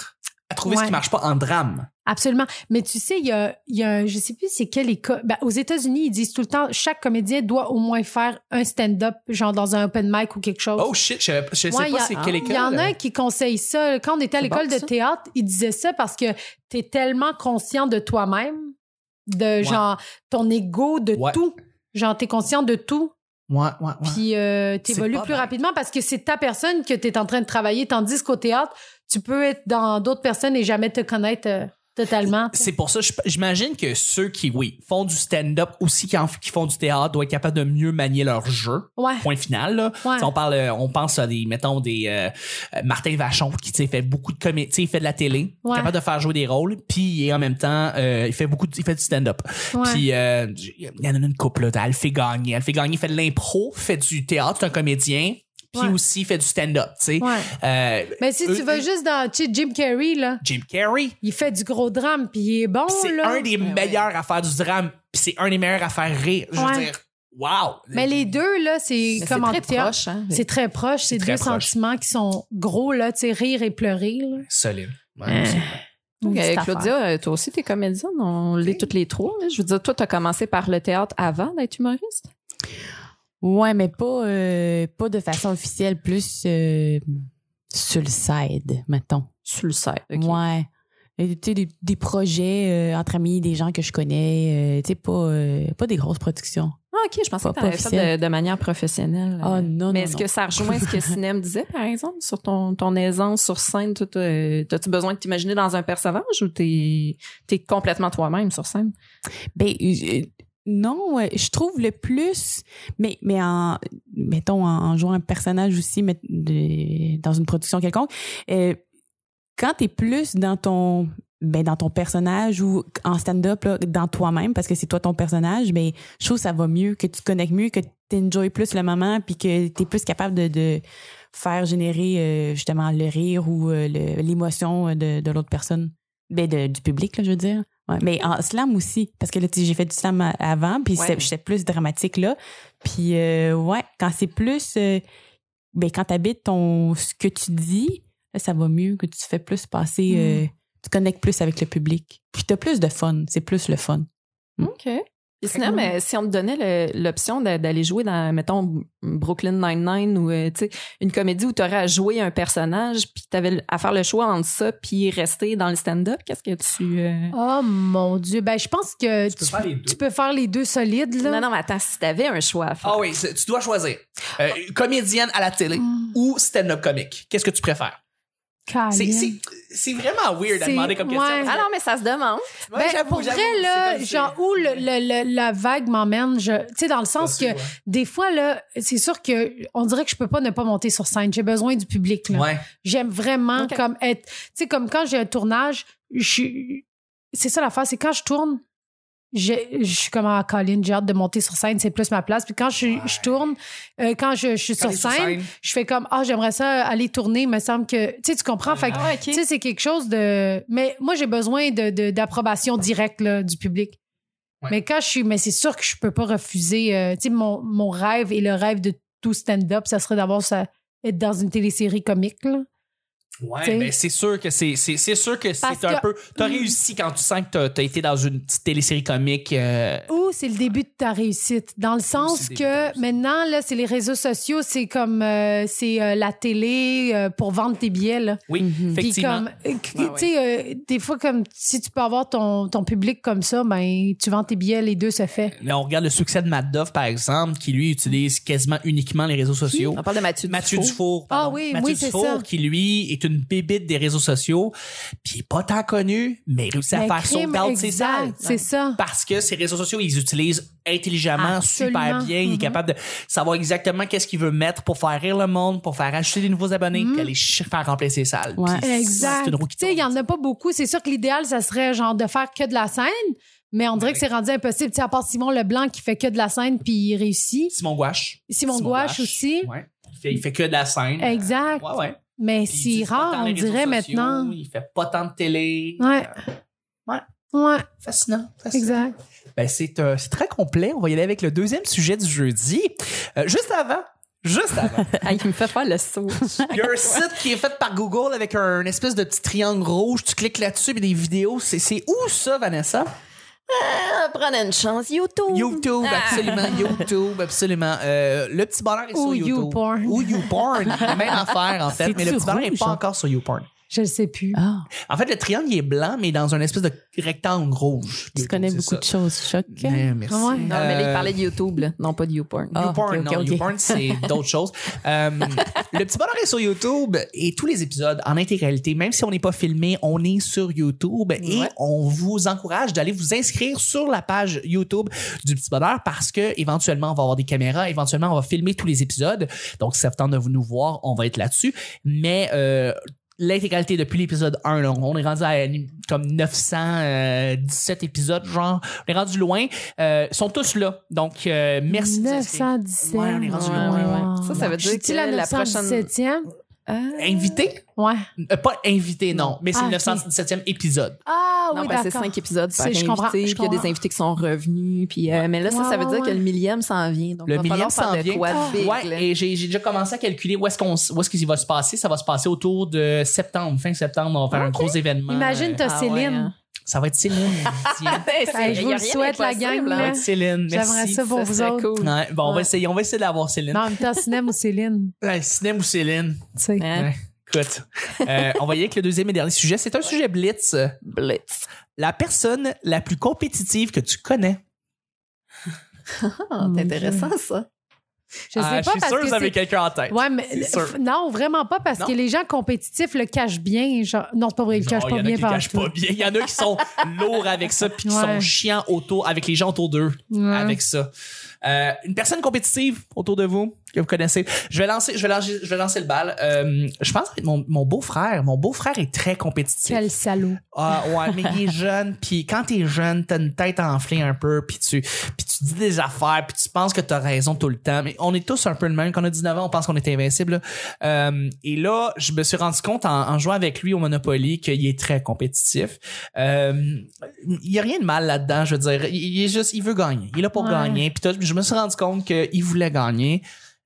Speaker 1: à trouver ce
Speaker 2: Ouais.
Speaker 1: qui marche pas en drame.
Speaker 2: Absolument. Mais tu sais, il y a, il y a un- je sais plus c'est quel école. Ben, aux États-Unis, ils disent tout le temps, chaque comédien doit au moins faire un stand-up, genre dans un open mic ou quelque chose.
Speaker 1: Oh shit, je, savais pas- je
Speaker 2: Ouais,
Speaker 1: sais euh,
Speaker 2: y
Speaker 1: pas
Speaker 2: a-
Speaker 1: c'est quelle école.
Speaker 2: Il y en a un qui conseille ça. Quand on était à
Speaker 3: C'est
Speaker 2: l'école
Speaker 3: bon,
Speaker 2: de
Speaker 3: ça.
Speaker 2: théâtre, il disait ça parce que tu es tellement conscient de toi-même, de genre ton ego, de
Speaker 1: Ouais.
Speaker 2: tout. Genre, tu es conscient de tout,
Speaker 1: Ouais, ouais, ouais.
Speaker 2: puis tu évolues
Speaker 1: pas
Speaker 2: plus
Speaker 1: bête.
Speaker 2: rapidement parce que c'est ta personne que tu es en train de travailler, tandis qu'au théâtre, tu peux être dans d'autres personnes et jamais te connaître euh, totalement.
Speaker 1: C'est pour ça, je- j'imagine que ceux qui, oui, font du stand-up aussi, qui, en- qui font du théâtre, doivent être capables de mieux manier leur jeu.
Speaker 2: Ouais,
Speaker 1: Point final, là.
Speaker 2: ouais.
Speaker 1: Tu sais, On parle, euh, on pense à des, mettons, des euh, euh, Martin Vachon qui tu sais, fait beaucoup de comédie, tu sais, il fait de la télé,
Speaker 2: Ouais.
Speaker 1: capable de faire jouer des rôles, puis il est en même temps, euh, il fait beaucoup, de- il fait du stand-up.
Speaker 2: ouais.
Speaker 1: Puis euh, il y en a une couple, là, Alphé Gagné. Alphé Gagné fait de l'impro, fait du théâtre, c'est un comédien, puis
Speaker 2: Ouais.
Speaker 1: aussi fait du stand-up, tu sais.
Speaker 2: ouais.
Speaker 1: Euh,
Speaker 2: Mais si
Speaker 1: eux-
Speaker 2: tu vas
Speaker 1: eux-
Speaker 2: juste dans tu sais, Jim Carrey, là,
Speaker 1: Jim Carrey,
Speaker 2: il fait du gros drame, puis il est bon.
Speaker 1: c'est
Speaker 2: Oh là.
Speaker 1: un des
Speaker 3: ouais.
Speaker 1: meilleurs à faire du drame, puis c'est un des meilleurs à faire rire. Je
Speaker 2: Ouais.
Speaker 1: veux dire, wow!
Speaker 2: Mais les deux, là, c'est
Speaker 3: Mais
Speaker 2: comme en
Speaker 3: c'est très
Speaker 2: théâtre.
Speaker 3: proche, hein?
Speaker 2: C'est très proche. C'est
Speaker 1: C'est
Speaker 2: deux
Speaker 1: très proche.
Speaker 2: sentiments qui sont gros, là, tu sais, rire et pleurer. Là.
Speaker 1: Solide. Ouais,
Speaker 3: Euh,
Speaker 1: absolument.
Speaker 3: Donc,
Speaker 2: Une
Speaker 3: euh,
Speaker 2: petite affaire.
Speaker 3: Claudia, euh, toi aussi, t'es comédienne. On l'est toutes les trois. là. Je veux dire, toi, t'as commencé par le théâtre avant d'être humoriste.
Speaker 4: Ouais, mais pas, euh, pas de façon officielle, plus euh, sur le side, mettons.
Speaker 3: Sur le site.
Speaker 4: Ouais. Et, tu sais, des, des projets euh, entre amis, des gens que je connais, euh, tu sais, pas, euh, pas des grosses productions.
Speaker 3: Ah, OK, je pensais
Speaker 4: Pas-
Speaker 3: que t'avais
Speaker 4: pas
Speaker 3: fait
Speaker 4: officiel.
Speaker 3: de, de manière professionnelle.
Speaker 4: Ah, non,
Speaker 3: Mais
Speaker 4: non,
Speaker 3: est-ce
Speaker 4: non.
Speaker 3: que ça rejoint ce (laughs) que Sinem disait, par exemple, sur ton, ton aisance sur scène? Toi, t'as- T'as-tu besoin de t'imaginer dans un personnage ou t'es es complètement toi-même sur scène?
Speaker 4: Ben, euh, non, euh, je trouve le plus, mais, mais en, mettons, en, en jouant un personnage aussi mais, de- dans une production quelconque, euh, quand t'es plus dans ton, ben, dans ton personnage ou en stand-up, là, dans toi-même, parce que c'est toi ton personnage, mais je trouve que ça va mieux, que tu te connectes mieux, que tu enjoys plus le moment, puis que tu es plus capable de, de faire générer euh, justement le rire ou euh, le- l'émotion de, de l'autre personne, ben, de- du public, là, je veux dire. Ouais, mais en slam aussi, parce que là, tu sais, j'ai fait du slam a- avant, puis
Speaker 3: Ouais.
Speaker 4: c'était- j'étais plus dramatique là. Puis, euh, ouais, quand c'est plus. euh, ben, quand t'habites ton, ce que tu dis, là, ça va mieux, que tu fais plus passer. euh, tu connectes plus avec le public. Puis t'as plus de fun. C'est plus le fun. Hmm?
Speaker 3: OK. Et sinon,
Speaker 4: cool.
Speaker 3: mais si on te donnait le- l'option d'a- d'aller jouer dans, mettons, Brooklyn Nine-Nine ou euh, tu sais, une comédie où tu aurais à jouer un personnage, puis tu avais à faire le choix entre ça puis rester dans le stand-up, qu'est-ce que tu. euh,
Speaker 2: Oh mon Dieu. Ben, je pense que tu,
Speaker 1: faire les deux.
Speaker 2: tu peux faire les deux solides. Là.
Speaker 3: Non, non, mais attends, si tu avais un choix à faire.
Speaker 1: Ah oui, c'est- tu dois choisir. Euh,
Speaker 2: Ah.
Speaker 1: comédienne à la télé
Speaker 3: Hmm.
Speaker 2: Mm.
Speaker 1: ou stand-up comique. Qu'est-ce que tu préfères?
Speaker 2: Caline.
Speaker 1: C'est- C'est c'est vraiment weird à
Speaker 2: C'est-
Speaker 1: demander comme question.
Speaker 2: ouais.
Speaker 3: Ah non, mais ça se demande.
Speaker 1: Ouais,
Speaker 2: Ben,
Speaker 1: j'avoue,
Speaker 2: pour
Speaker 1: j'avoue,
Speaker 2: vrai,
Speaker 1: c'est
Speaker 2: là,
Speaker 1: comme si-
Speaker 2: genre, où le- le- le- la vague m'emmène, je- tu sais, dans le sens que
Speaker 1: Ouais.
Speaker 2: des fois, là, c'est sûr que on dirait que je peux pas ne pas monter sur scène. J'ai besoin du public, là.
Speaker 1: Ouais.
Speaker 2: J'aime vraiment
Speaker 3: Ok.
Speaker 2: comme être. Tu sais, comme quand j'ai un tournage, je- c'est ça l'affaire, c'est quand je tourne, je, je suis comme à Colin, j'ai hâte de monter sur scène, c'est plus ma place. Puis quand je, je tourne, euh, quand je, je suis
Speaker 1: Quand
Speaker 2: sur
Speaker 1: t'es sur
Speaker 2: scène,
Speaker 1: scène.
Speaker 2: je fais comme, ah, j'aimerais ça aller tourner, me semble que. Tu sais, tu comprends? Fait que,
Speaker 3: Ah, OK.
Speaker 2: tu sais, c'est quelque chose de. Mais moi, j'ai besoin de- de- d'approbation directe là, du public.
Speaker 1: Ouais.
Speaker 2: Mais quand je suis. Mais c'est sûr que je peux pas refuser. euh, tu sais, mon, mon rêve et le rêve de tout stand-up, ça serait d'avoir ça. être dans une télésérie comique, là.
Speaker 1: Ouais,
Speaker 2: T'sais.
Speaker 1: ben c'est sûr que c'est c'est c'est sûr que
Speaker 2: Parce
Speaker 1: c'est un
Speaker 2: que-
Speaker 1: peu t'as
Speaker 2: Mm.
Speaker 1: réussi quand tu sens que t'as as été dans une petite télésérie comique euh,
Speaker 2: Ou c'est le début de ta réussite, dans le
Speaker 1: c'est
Speaker 2: sens
Speaker 1: le début de ta réussite.
Speaker 2: que maintenant, là, c'est les réseaux sociaux, c'est comme euh, c'est euh, la télé euh, pour vendre tes billets, là.
Speaker 1: oui
Speaker 4: Mhm.
Speaker 2: Puis
Speaker 1: effectivement
Speaker 2: comme, euh, tu
Speaker 3: Ouais, ouais.
Speaker 2: sais, euh, des fois, comme si tu peux avoir ton, ton public comme ça, ben, tu vends tes billets, les deux se fait.
Speaker 1: Là, on regarde le succès de Matt Dove par exemple qui lui utilise quasiment uniquement les réseaux sociaux
Speaker 3: On parle de Mathieu,
Speaker 1: Mathieu
Speaker 3: Dufault.
Speaker 1: Dufour pardon.
Speaker 2: Ah oui,
Speaker 1: Mathieu
Speaker 2: oui, c'est
Speaker 1: Dufour
Speaker 2: ça.
Speaker 1: qui lui est une bébite des réseaux sociaux, puis il est pas tant connu, mais il réussit à
Speaker 2: Ben,
Speaker 1: faire
Speaker 2: crime,
Speaker 1: sold out ses
Speaker 2: exact,
Speaker 1: salles.
Speaker 2: C'est ça.
Speaker 1: Parce que ces réseaux sociaux, ils utilisent intelligemment, super
Speaker 2: Absolument.
Speaker 1: bien. Il est
Speaker 2: Mhm.
Speaker 1: capable de savoir exactement qu'est-ce qu'il veut mettre pour faire rire le monde, pour faire acheter des nouveaux abonnés,
Speaker 2: Mhm.
Speaker 1: puis aller ch- faire remplir ses salles.
Speaker 4: Ouais.
Speaker 1: Puis
Speaker 2: Exact.
Speaker 1: C'est une roue qui
Speaker 2: Tu sais, il n'y
Speaker 1: tourne.
Speaker 2: en a pas beaucoup. C'est sûr que l'idéal, ça serait genre de faire que de la scène, mais on dirait
Speaker 1: Ouais.
Speaker 2: que c'est rendu impossible. Tu sais, à part Simon Leblanc qui fait que de la scène puis il réussit.
Speaker 1: Simon Gouache.
Speaker 2: Simon Gouache aussi.
Speaker 1: Ouais. Il, fait, il fait que de la scène.
Speaker 2: Exact.
Speaker 1: Ouais, ouais.
Speaker 2: Mais
Speaker 1: Puis il
Speaker 2: c'est
Speaker 1: utilise pas tant
Speaker 2: rare,
Speaker 1: les
Speaker 2: on
Speaker 1: réseaux
Speaker 2: dirait
Speaker 1: sociaux,
Speaker 2: maintenant.
Speaker 1: Il fait pas tant de télé.
Speaker 2: Ouais.
Speaker 1: Ouais.
Speaker 2: Ouais,
Speaker 1: Fascinant. fascinant.
Speaker 2: exact.
Speaker 1: Ben, c'est euh, c'est très complet. On va y aller avec le deuxième sujet du jeudi. Euh, juste avant, juste avant,
Speaker 3: (laughs) Ah, il me fait faire le saut.
Speaker 1: il y a un site qui est fait par Google avec un une espèce de petit triangle rouge. Tu cliques là-dessus, puis des vidéos. C'est- C'est où ça, Vanessa?
Speaker 3: Prenez une chance, YouTube.
Speaker 1: YouTube, Ah. absolument. YouTube, absolument. Euh, le petit bonheur est
Speaker 2: Ou
Speaker 1: sur YouTube.
Speaker 2: YouPorn.
Speaker 1: Ou YouPorn. La même affaire, en fait.
Speaker 4: C'est-tu
Speaker 1: Mais le petit bonheur n'est
Speaker 4: rouge,
Speaker 1: pas
Speaker 4: hein?
Speaker 1: encore sur YouPorn.
Speaker 2: Je le sais plus.
Speaker 1: Euh,
Speaker 4: Ah,
Speaker 1: En fait, le triangle il est blanc, mais dans un espèce de rectangle rouge.
Speaker 4: tu
Speaker 1: YouTube,
Speaker 4: connais
Speaker 1: c'est
Speaker 4: beaucoup
Speaker 1: ça.
Speaker 4: de choses, choc.
Speaker 1: Eh, merci.
Speaker 2: Ouais.
Speaker 3: Non, mais là,
Speaker 1: Euh,
Speaker 3: il parlait de YouTube, là, non pas de YouPorn.
Speaker 4: Ah,
Speaker 1: YouPorn,
Speaker 4: ok, ok,
Speaker 1: non,
Speaker 4: ok.
Speaker 1: YouPorn, c'est d'autres choses. Euh, le petit bonheur est sur YouTube et tous les épisodes en intégralité, même si on n'est pas filmé, on est sur YouTube et
Speaker 3: Ouais.
Speaker 1: on vous encourage d'aller vous inscrire sur la page YouTube du petit bonheur parce que éventuellement on va avoir des caméras, éventuellement on va filmer tous les épisodes. Donc si ça vous tente de vous nous voir, on va être là-dessus. Mais euh, L'intégralité depuis l'épisode 1, là, on est rendu à euh, comme 917 épisodes, genre. On est rendu loin. Euh, Ils sont tous là. Donc, euh, merci. de vous inscrire.
Speaker 2: 917.
Speaker 1: Ouais, on est rendu
Speaker 3: loin,
Speaker 1: ouais, Euh,
Speaker 3: ouais. Ça, ça veut dire
Speaker 2: Suis-tu
Speaker 3: que
Speaker 2: la
Speaker 3: la prochaine-
Speaker 2: 917e?
Speaker 1: Invité?
Speaker 2: Ouais.
Speaker 1: Euh, pas invité, non, mais c'est
Speaker 2: Ah,
Speaker 1: le
Speaker 2: ok.
Speaker 1: 917e épisode.
Speaker 2: Ah
Speaker 3: Non,
Speaker 2: oui,
Speaker 3: parce que c'est
Speaker 2: d'accord.
Speaker 3: cinq épisodes par
Speaker 2: C'est- je
Speaker 3: invité,
Speaker 2: comprends,
Speaker 3: puis
Speaker 2: je
Speaker 3: il y a des
Speaker 2: comprends.
Speaker 3: invités qui sont revenus, puis euh, mais là ça,
Speaker 2: Ouais,
Speaker 3: ça veut
Speaker 2: ouais,
Speaker 3: dire que
Speaker 2: ouais.
Speaker 3: le millième s'en vient, donc
Speaker 1: Le
Speaker 3: va falloir
Speaker 1: millième
Speaker 3: faire
Speaker 1: s'en
Speaker 3: de
Speaker 1: vient.
Speaker 3: quoi de
Speaker 2: Ah.
Speaker 3: big,
Speaker 1: ouais,
Speaker 3: (laughs) là.
Speaker 1: et j'ai j'ai déjà commencé à calculer où est-ce qu'on s- où est-ce qu'il va se passer. Ça va se passer autour de septembre, fin septembre. On va faire un gros événement.
Speaker 2: Imagine,
Speaker 1: Euh,
Speaker 2: t'as
Speaker 3: Ah, ouais, hein.
Speaker 2: Céline.
Speaker 1: Ça va être
Speaker 2: (laughs)
Speaker 1: Céline. Tiens.
Speaker 2: Hey, je vous le souhaite, la gang,
Speaker 1: Ça va
Speaker 2: là.
Speaker 1: être Céline.
Speaker 2: J'aimerais
Speaker 1: Merci.
Speaker 2: ça pour
Speaker 3: hein. Ça
Speaker 2: vous
Speaker 3: serait
Speaker 2: autres.
Speaker 3: cool.
Speaker 1: Ouais, bon, on va
Speaker 2: Ouais.
Speaker 1: essayer, on va essayer d'avoir Céline.
Speaker 2: Non, mais t'as Cinem ou Céline?
Speaker 1: Ouais, Cinem ou Céline?
Speaker 2: Tu sais.
Speaker 3: Hein?
Speaker 1: Ouais. Écoute, euh, on va y aller avec le deuxième et dernier sujet. C'est un sujet blitz.
Speaker 3: Blitz.
Speaker 1: La personne la plus compétitive que tu connais.
Speaker 3: Ah, c'est intéressant ça.
Speaker 2: Je sais
Speaker 1: Ah,
Speaker 2: pas
Speaker 1: je suis
Speaker 2: parce
Speaker 1: sûr
Speaker 2: que
Speaker 1: vous avez
Speaker 2: c'est-
Speaker 1: quelqu'un en tête.
Speaker 2: Ouais, mais
Speaker 1: C'est sûr.
Speaker 2: f- non, vraiment pas parce
Speaker 1: Non?
Speaker 2: que les gens compétitifs le cachent bien. Genre... Non, c'est pas vrai, ils le cachent
Speaker 1: Non,
Speaker 2: pas
Speaker 1: il y en a
Speaker 2: bien
Speaker 1: qui le cachent
Speaker 2: partout.
Speaker 1: pas bien. Il y en a qui
Speaker 2: (laughs)
Speaker 1: sont lourds avec ça puis qui
Speaker 2: Ouais.
Speaker 1: sont chiants autour avec les gens autour d'eux
Speaker 2: Ouais.
Speaker 1: avec ça. Euh, une personne compétitive autour de vous que vous connaissez. Je vais lancer, je vais lancer, je vais lancer le bal. Euh, je pense que mon, mon beau-frère, mon beau-frère est très compétitif.
Speaker 2: Quel
Speaker 1: (laughs)
Speaker 2: salaud.
Speaker 1: Ah ouais, mais il est jeune, puis quand t'es jeune, t'as une tête enflée un peu, puis tu, puis tu dis des affaires, puis tu penses que t'as raison tout le temps. Mais on est tous un peu le même. Quand on a 19 ans, on pense qu'on est invincible. là. Euh, et là, je me suis rendu compte en, en jouant avec lui au Monopoly qu'il est très compétitif. Euh, il y a rien de mal là-dedans, je veux dire. Il, il est juste, il veut gagner. Il est là pour
Speaker 2: Ouais.
Speaker 1: gagner. Puis t'as- je me suis rendu compte qu'il voulait gagner.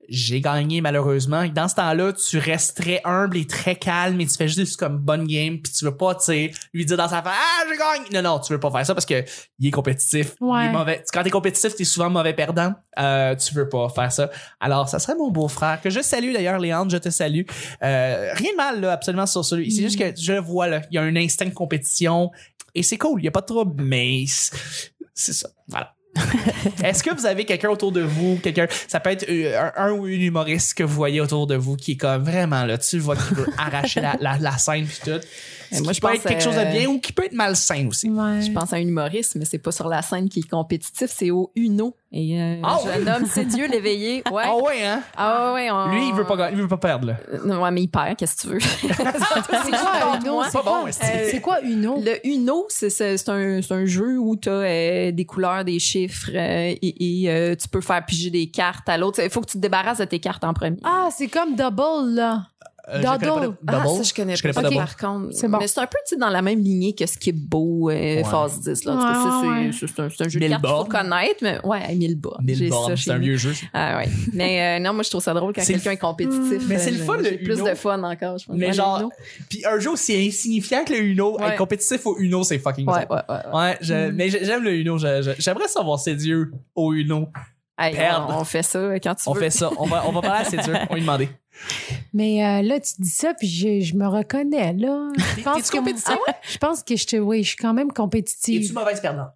Speaker 1: J'ai gagné malheureusement. Dans ce temps-là, tu restes très humble et très calme et tu fais juste comme bonne game puis tu veux pas, tu sais, lui dire dans sa face ah je gagne. Non non, tu veux pas faire ça parce que il est compétitif.
Speaker 2: Ouais.
Speaker 1: Il est mauvais. Quand t'es compétitif, t'es souvent mauvais perdant. Euh, tu veux pas faire ça. Alors ça serait mon beau-frère que je salue d'ailleurs, Léandre, je te salue. Euh, rien de mal là, absolument sur celui. C'est juste que je le vois là, il y a un instinct de compétition et c'est cool, il y a pas de trouble, mais c'est- c'est ça. Voilà.
Speaker 3: (laughs)
Speaker 1: Est-ce que vous avez quelqu'un autour de vous, quelqu'un, ça peut être euh, un, un ou une humoriste que vous voyez autour de vous qui est comme vraiment là, tu vois,
Speaker 3: (laughs)
Speaker 1: qui veut arracher la, la, la scène puis tout. Ce
Speaker 3: moi,
Speaker 1: qui
Speaker 3: je
Speaker 1: peut
Speaker 3: pense,
Speaker 1: être quelque chose de
Speaker 3: euh,
Speaker 1: bien ou qui peut être malsain aussi.
Speaker 2: Ouais.
Speaker 3: Je pense à un humoriste, mais c'est pas sur la scène qui est compétitif, c'est au Uno. Et euh,
Speaker 1: Ah
Speaker 3: je
Speaker 1: oui?
Speaker 3: nomme c'est Dieu l'éveillé. Ouais.
Speaker 1: Ah ouais, hein?
Speaker 3: Ah ouais, on-
Speaker 1: Lui, il veut pas, gagner, il veut pas perdre, là.
Speaker 3: Euh, Ouais, mais il perd, qu'est-ce que tu veux?
Speaker 2: C'est quoi Uno?
Speaker 1: Pas
Speaker 2: C'est
Speaker 1: bon,
Speaker 3: Euh,
Speaker 2: quoi-
Speaker 1: esti.
Speaker 2: C'est quoi Uno?
Speaker 3: Le Uno, c'est- c'est c'est un, c'est un jeu où tu as des couleurs, des chiffres euh, et, et, euh, tu peux faire piger des cartes à l'autre. Il faut que tu te débarrasses de tes cartes en premier.
Speaker 2: Ah, c'est comme Double, là.
Speaker 1: Euh, je connais pas le-
Speaker 2: Dodo.
Speaker 1: Double.
Speaker 3: Ah, ça, je connais,
Speaker 1: connais
Speaker 3: pas,
Speaker 1: pas
Speaker 3: ça,
Speaker 1: Double.
Speaker 3: par contre.
Speaker 2: C'est bon.
Speaker 3: Mais c'est un peu tu sais, dans la même lignée que Skip Beau, euh, Phase 10. Là. En tout cas,
Speaker 2: Ouais,
Speaker 3: ça,
Speaker 2: ouais,
Speaker 3: c'est- c'est un, c'est un jeu de
Speaker 1: Mille
Speaker 3: cartes qu'il faut
Speaker 1: bornes.
Speaker 3: connaître. Mais, ouais, 1000 bornes.
Speaker 1: Mille
Speaker 3: J'ai
Speaker 1: bornes,
Speaker 3: ça chez
Speaker 1: c'est un
Speaker 3: nous.
Speaker 1: vieux jeu. ça.
Speaker 3: Ah ouais. Mais euh, non, moi, je trouve ça drôle quand
Speaker 1: C'est le-
Speaker 3: quelqu'un est compétitif.
Speaker 1: Mais c'est le
Speaker 3: Euh,
Speaker 1: fun,
Speaker 3: j'ai
Speaker 1: le
Speaker 3: plus
Speaker 1: Uno.
Speaker 3: de fun encore, je pense.
Speaker 1: Mais
Speaker 3: Ouais, le
Speaker 1: genre,
Speaker 3: Uno.
Speaker 1: puis un jeu aussi insignifiant que le Uno,
Speaker 3: Ouais.
Speaker 1: être compétitif au Uno, c'est fucking
Speaker 3: Ouais,
Speaker 1: bizarre.
Speaker 3: ouais, ouais. ouais.
Speaker 1: Ouais, je-
Speaker 2: Hmm.
Speaker 1: mais je- j'aime le Uno. je- je- J'aimerais savoir ses dieux au Uno.
Speaker 3: Hey,
Speaker 1: Perdre.
Speaker 3: on, on fait ça quand tu
Speaker 1: On
Speaker 3: veux.
Speaker 1: fait ça. On va, on va parler à ses dieux. On va lui
Speaker 2: (laughs)
Speaker 1: demander.
Speaker 2: Mais euh, là, tu dis ça, puis je, je me reconnais, là. Je pense
Speaker 1: T'es-tu
Speaker 2: (laughs) que,
Speaker 1: compétitive?
Speaker 2: je pense que je te... Oui, je suis quand même
Speaker 1: Es-tu
Speaker 2: compétitive.
Speaker 1: mauvaise perdante?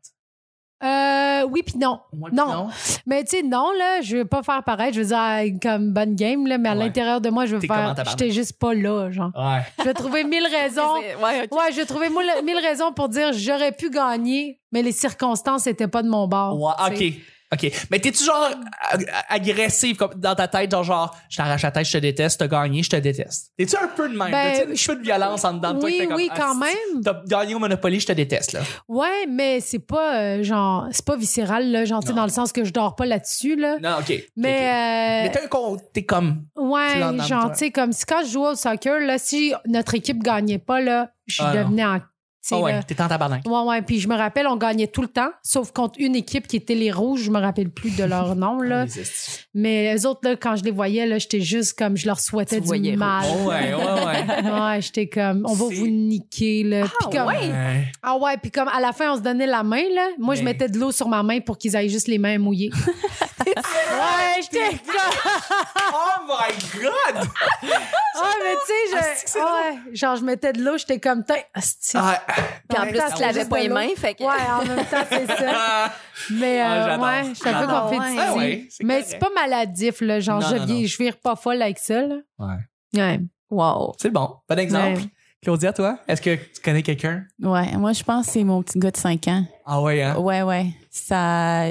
Speaker 2: Euh, euh, oui puis non.
Speaker 1: Moi,
Speaker 2: Non.
Speaker 1: non.
Speaker 2: Mais tu sais, non, là, je veux pas faire pareil. Je veux dire, ah, comme bonne game, là, mais à
Speaker 1: Ouais.
Speaker 2: l'intérieur de moi, je veux
Speaker 1: T'es comme en
Speaker 2: faire.
Speaker 1: tabarnak.
Speaker 2: J'étais juste pas là, genre.
Speaker 1: Ouais.
Speaker 2: Je vais trouver mille
Speaker 1: (laughs)
Speaker 2: raisons.
Speaker 3: Ouais, ok.
Speaker 2: Ouais, je vais trouver moule- mille raisons pour dire j'aurais pu gagner, mais les circonstances n'étaient pas de mon bord.
Speaker 1: Ouais,
Speaker 2: Oh, tu sais.
Speaker 1: ok. OK. Mais t'es-tu genre ag- agressif comme dans ta tête, genre, genre je t'arrache la tête, je te déteste, t'as gagné, je te déteste. T'es-tu un peu de même?
Speaker 2: Ben,
Speaker 1: T'as-tu une chute de violence en dedans de toi? que
Speaker 2: oui,
Speaker 1: t'es comme,
Speaker 2: oui,
Speaker 1: ah,
Speaker 2: quand
Speaker 1: si,
Speaker 2: même.
Speaker 1: T'as gagné au Monopoly, je te déteste,
Speaker 2: (laughs)
Speaker 1: là.
Speaker 2: Ouais, mais c'est pas euh, genre c'est pas viscéral là, genre tu sais,
Speaker 1: Non.
Speaker 2: dans le sens que je dors pas là-dessus là.
Speaker 1: Non, OK. OK, OK.
Speaker 2: Mais
Speaker 1: Mais t'es un con, t'es comme.
Speaker 2: euh,
Speaker 1: tu l'as dans
Speaker 2: ouais,
Speaker 1: le
Speaker 2: genre
Speaker 1: temps.
Speaker 2: tu sais comme si quand je jouais au soccer là, si notre équipe gagnait pas là, je
Speaker 1: Ah, non.
Speaker 2: devenais en tu sais,
Speaker 1: Ah ouais,
Speaker 2: là,
Speaker 1: t'es en tabarnak.
Speaker 2: Ouais, ouais. Puis je me rappelle, on gagnait tout le temps, sauf contre une équipe qui était les Rouges. Je me rappelle plus
Speaker 1: (laughs)
Speaker 2: de leur nom, là.
Speaker 1: Les estis.
Speaker 2: Mais les autres, là, quand je les voyais, là, j'étais juste comme, je leur souhaitais
Speaker 3: Tu
Speaker 2: du
Speaker 3: voyais
Speaker 2: mal.
Speaker 1: Oh, ouais, ouais, ouais.
Speaker 2: Ouais, j'étais comme, on va
Speaker 1: C'est-
Speaker 2: vous niquer, là. Puis
Speaker 1: (laughs)
Speaker 2: comme-
Speaker 1: Ouais.
Speaker 2: Ah ouais, puis comme à la fin, on se donnait la main, là. Moi, je
Speaker 1: Mais-
Speaker 2: mettais de l'eau sur ma main pour qu'ils aillent juste les
Speaker 1: (laughs)
Speaker 2: mains mouillées. (laughs) ouais, j'étais comme...
Speaker 1: Oh my
Speaker 2: (laughs)
Speaker 1: god!
Speaker 2: Ah, mais tu
Speaker 1: Asti,
Speaker 2: sais, je... ah,
Speaker 1: c'est
Speaker 2: ouais, genre, je mettais de l'eau, j'étais comme... Tain, asti.
Speaker 1: Ah,
Speaker 3: Puis
Speaker 2: En
Speaker 3: en
Speaker 2: même
Speaker 3: plus,
Speaker 2: temps,
Speaker 3: tu
Speaker 2: c'est
Speaker 3: l'avais
Speaker 2: juste
Speaker 3: pas
Speaker 2: de
Speaker 3: les
Speaker 2: l'eau.
Speaker 3: mains, fait que.
Speaker 2: Ouais, en même temps, c'est ça.
Speaker 1: ah,
Speaker 2: Mais
Speaker 1: Ah,
Speaker 2: euh,
Speaker 1: j'adore,
Speaker 2: ouais, je suis un peu
Speaker 3: j'adore.
Speaker 2: compétitive.
Speaker 1: ah ouais, c'est
Speaker 2: mais
Speaker 1: correct.
Speaker 2: c'est pas maladif, là. Genre,
Speaker 1: Non,
Speaker 2: je,
Speaker 1: non,
Speaker 2: viens,
Speaker 1: non.
Speaker 2: je vire pas folle avec ça, là.
Speaker 1: Ouais.
Speaker 2: Ouais.
Speaker 3: Wow.
Speaker 1: C'est bon. Bon exemple.
Speaker 2: Ouais.
Speaker 1: Claudia, toi, est-ce que tu connais quelqu'un?
Speaker 4: Ouais, moi, je pense que c'est mon petit gars de 5 ans.
Speaker 1: Ah ouais, hein?
Speaker 4: Ouais, ouais. Ça.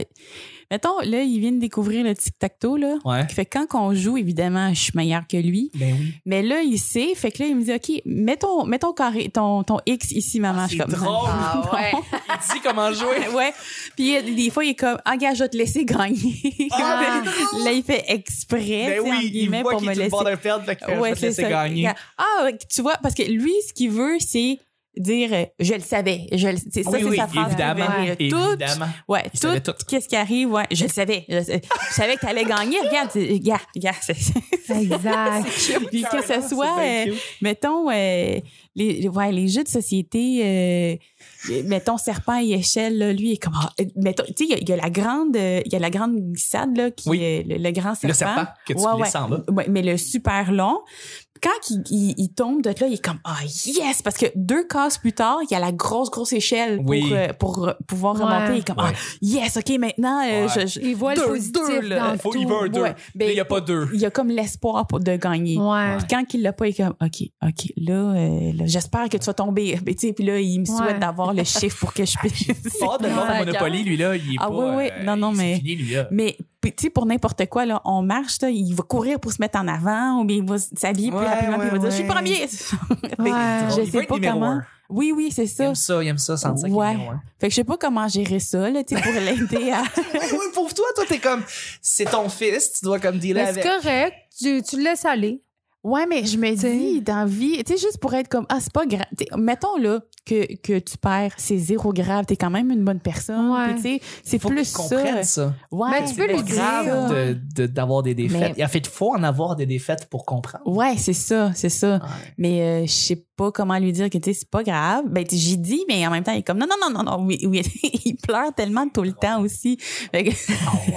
Speaker 4: Mettons, là, il vient de découvrir le tic-tac-toe, là.
Speaker 1: Ouais.
Speaker 4: Fait que quand on joue, évidemment, je suis meilleure que lui.
Speaker 1: Ben oui.
Speaker 4: Mais là, il sait. Fait que là, il me dit, OK, mets ton, mets ton carré, ton, ton X ici, maman. je suis
Speaker 1: C'est
Speaker 4: comme,
Speaker 1: drôle.
Speaker 3: Ah (laughs) ouais.
Speaker 1: Il dit comment
Speaker 4: (laughs)
Speaker 1: jouer.
Speaker 4: ouais. Puis il- des fois, il est comme, engage, je vais te laisser gagner. euh,
Speaker 1: Ah.
Speaker 4: là, il fait exprès,
Speaker 1: Ben
Speaker 4: tu sais, entre
Speaker 1: oui, il
Speaker 4: guillemets,
Speaker 1: voit
Speaker 4: pour
Speaker 1: qu'il
Speaker 4: me
Speaker 1: est sur le
Speaker 4: laisser.
Speaker 1: bord de perdre, fait qu'il fait, je vais te
Speaker 4: c'est
Speaker 1: laisser
Speaker 4: ça.
Speaker 1: gagner.
Speaker 4: Ah, ouais, tu vois, parce que lui, ce qu'il veut, c'est dire, euh, je le savais. Je le, c'est ça,
Speaker 1: oui,
Speaker 4: c'est
Speaker 1: oui,
Speaker 4: sa phrase.
Speaker 1: évidemment.
Speaker 4: préférée, là. Tout,
Speaker 1: évidemment.
Speaker 4: Ouais,
Speaker 1: Il
Speaker 4: tout,
Speaker 1: savait tout.
Speaker 4: Qu'est-ce qui arrive? Ouais, je le savais. Je, le savais. Je savais que t'allais gagner. Regarde, c'est- regarde, regarde.
Speaker 2: (laughs)
Speaker 4: c'est-
Speaker 2: Exact.
Speaker 4: Puis que
Speaker 1: Carrément,
Speaker 4: ce
Speaker 1: c'est
Speaker 4: soit,
Speaker 1: bien
Speaker 4: euh,
Speaker 1: cute.
Speaker 4: mettons, euh, les, ouais, les jeux de société, euh, mettons, serpent et échelle, là, lui, il est comme, ah, euh, mettons, tu sais, il y a- il y, a la grande, euh, il y a la grande glissade, là, qui
Speaker 1: Oui.
Speaker 4: est le, le grand serpent.
Speaker 1: le serpent que tu
Speaker 4: Ouais,
Speaker 1: laisses en bas.
Speaker 4: Ouais, mais le super long. Quand il, il- il tombe de là, il est comme ah yes parce que deux cases plus tard, il y a la grosse grosse échelle pour
Speaker 1: Oui.
Speaker 4: euh, pour, euh, pouvoir
Speaker 2: Ouais.
Speaker 4: remonter. Il est comme
Speaker 1: Ouais.
Speaker 4: ah yes ok maintenant euh,
Speaker 1: Ouais.
Speaker 4: je- je-
Speaker 2: Il voit le
Speaker 4: Deux,
Speaker 2: positif
Speaker 4: deux, là.
Speaker 2: dans
Speaker 1: Faut
Speaker 2: tout.
Speaker 1: y voir deux.
Speaker 4: Ouais. Ben,
Speaker 1: Là, il n'y a pas deux.
Speaker 4: il y a comme l'espoir pour- de gagner.
Speaker 2: Ouais.
Speaker 4: Puis quand il l'a pas, il est comme ok ok là, euh, là, j'espère que tu vas tomber. (laughs) Mais tu sais, puis là il me
Speaker 2: Ouais.
Speaker 4: souhaite d'avoir le chiffre pour que (laughs) je puisse.
Speaker 1: Fort de
Speaker 2: Ouais,
Speaker 1: l'autre
Speaker 2: d'accord.
Speaker 1: Monopoly, lui, là, il est
Speaker 4: Ah
Speaker 1: pas...
Speaker 4: oui, oui.
Speaker 1: euh,
Speaker 4: Non, non,
Speaker 1: c'est
Speaker 4: mais-
Speaker 1: fini, lui, là.
Speaker 4: Mais puis, tu sais, pour n'importe quoi, là, on marche, là, il va courir pour se mettre en avant ou bien il va s'habiller plus
Speaker 1: Ouais,
Speaker 4: rapidement puis il va
Speaker 1: ouais,
Speaker 4: dire Je suis
Speaker 1: ouais.
Speaker 4: premier! (laughs) Fait que
Speaker 2: Ouais.
Speaker 4: Je
Speaker 1: Il veut
Speaker 4: sais
Speaker 1: être
Speaker 4: pas
Speaker 1: numéro
Speaker 4: comment.
Speaker 1: un.
Speaker 4: Oui, oui, c'est
Speaker 1: Il
Speaker 4: ça.
Speaker 1: aime ça, il aime ça, sentir qu'il est
Speaker 4: Ouais.
Speaker 1: numéro un.
Speaker 4: Fait que je sais pas comment gérer ça, là, tu sais, pour l'aider à.
Speaker 1: (laughs) Oui, oui, pour toi, toi, t'es comme... C'est ton fils, tu dois comme dealer
Speaker 2: Mais c'est
Speaker 1: avec.
Speaker 2: correct. Tu, tu le laisses aller.
Speaker 4: (laughs) Ouais, mais je me
Speaker 2: T'sais.
Speaker 4: dis, dans vie, tu sais, juste pour être comme, ah, c'est pas grave. T'sais, Mettons, là, que, que tu perds, c'est zéro grave, t'es quand même une bonne personne.
Speaker 2: Ouais.
Speaker 4: Puis, tu sais, c'est
Speaker 1: Faut
Speaker 4: plus
Speaker 1: qu'il comprenne
Speaker 4: ça.
Speaker 1: ça.
Speaker 4: Ouais,
Speaker 2: Ben, tu peux
Speaker 1: C'est
Speaker 2: lui
Speaker 1: pas
Speaker 2: dire.
Speaker 1: grave de- de- d'avoir des défaites.
Speaker 3: Mais-
Speaker 1: Il a fait, faut en avoir des défaites pour comprendre.
Speaker 4: Ouais, c'est ça, c'est ça. Mais euh, je sais pas comment lui dire que tu sais, c'est pas grave. Ben tu sais, j'y dis, mais en même temps il est comme non non non non non. Oui, oui. (laughs) il pleure tellement tout le temps aussi. Fait que, (laughs)
Speaker 1: Oh, wow.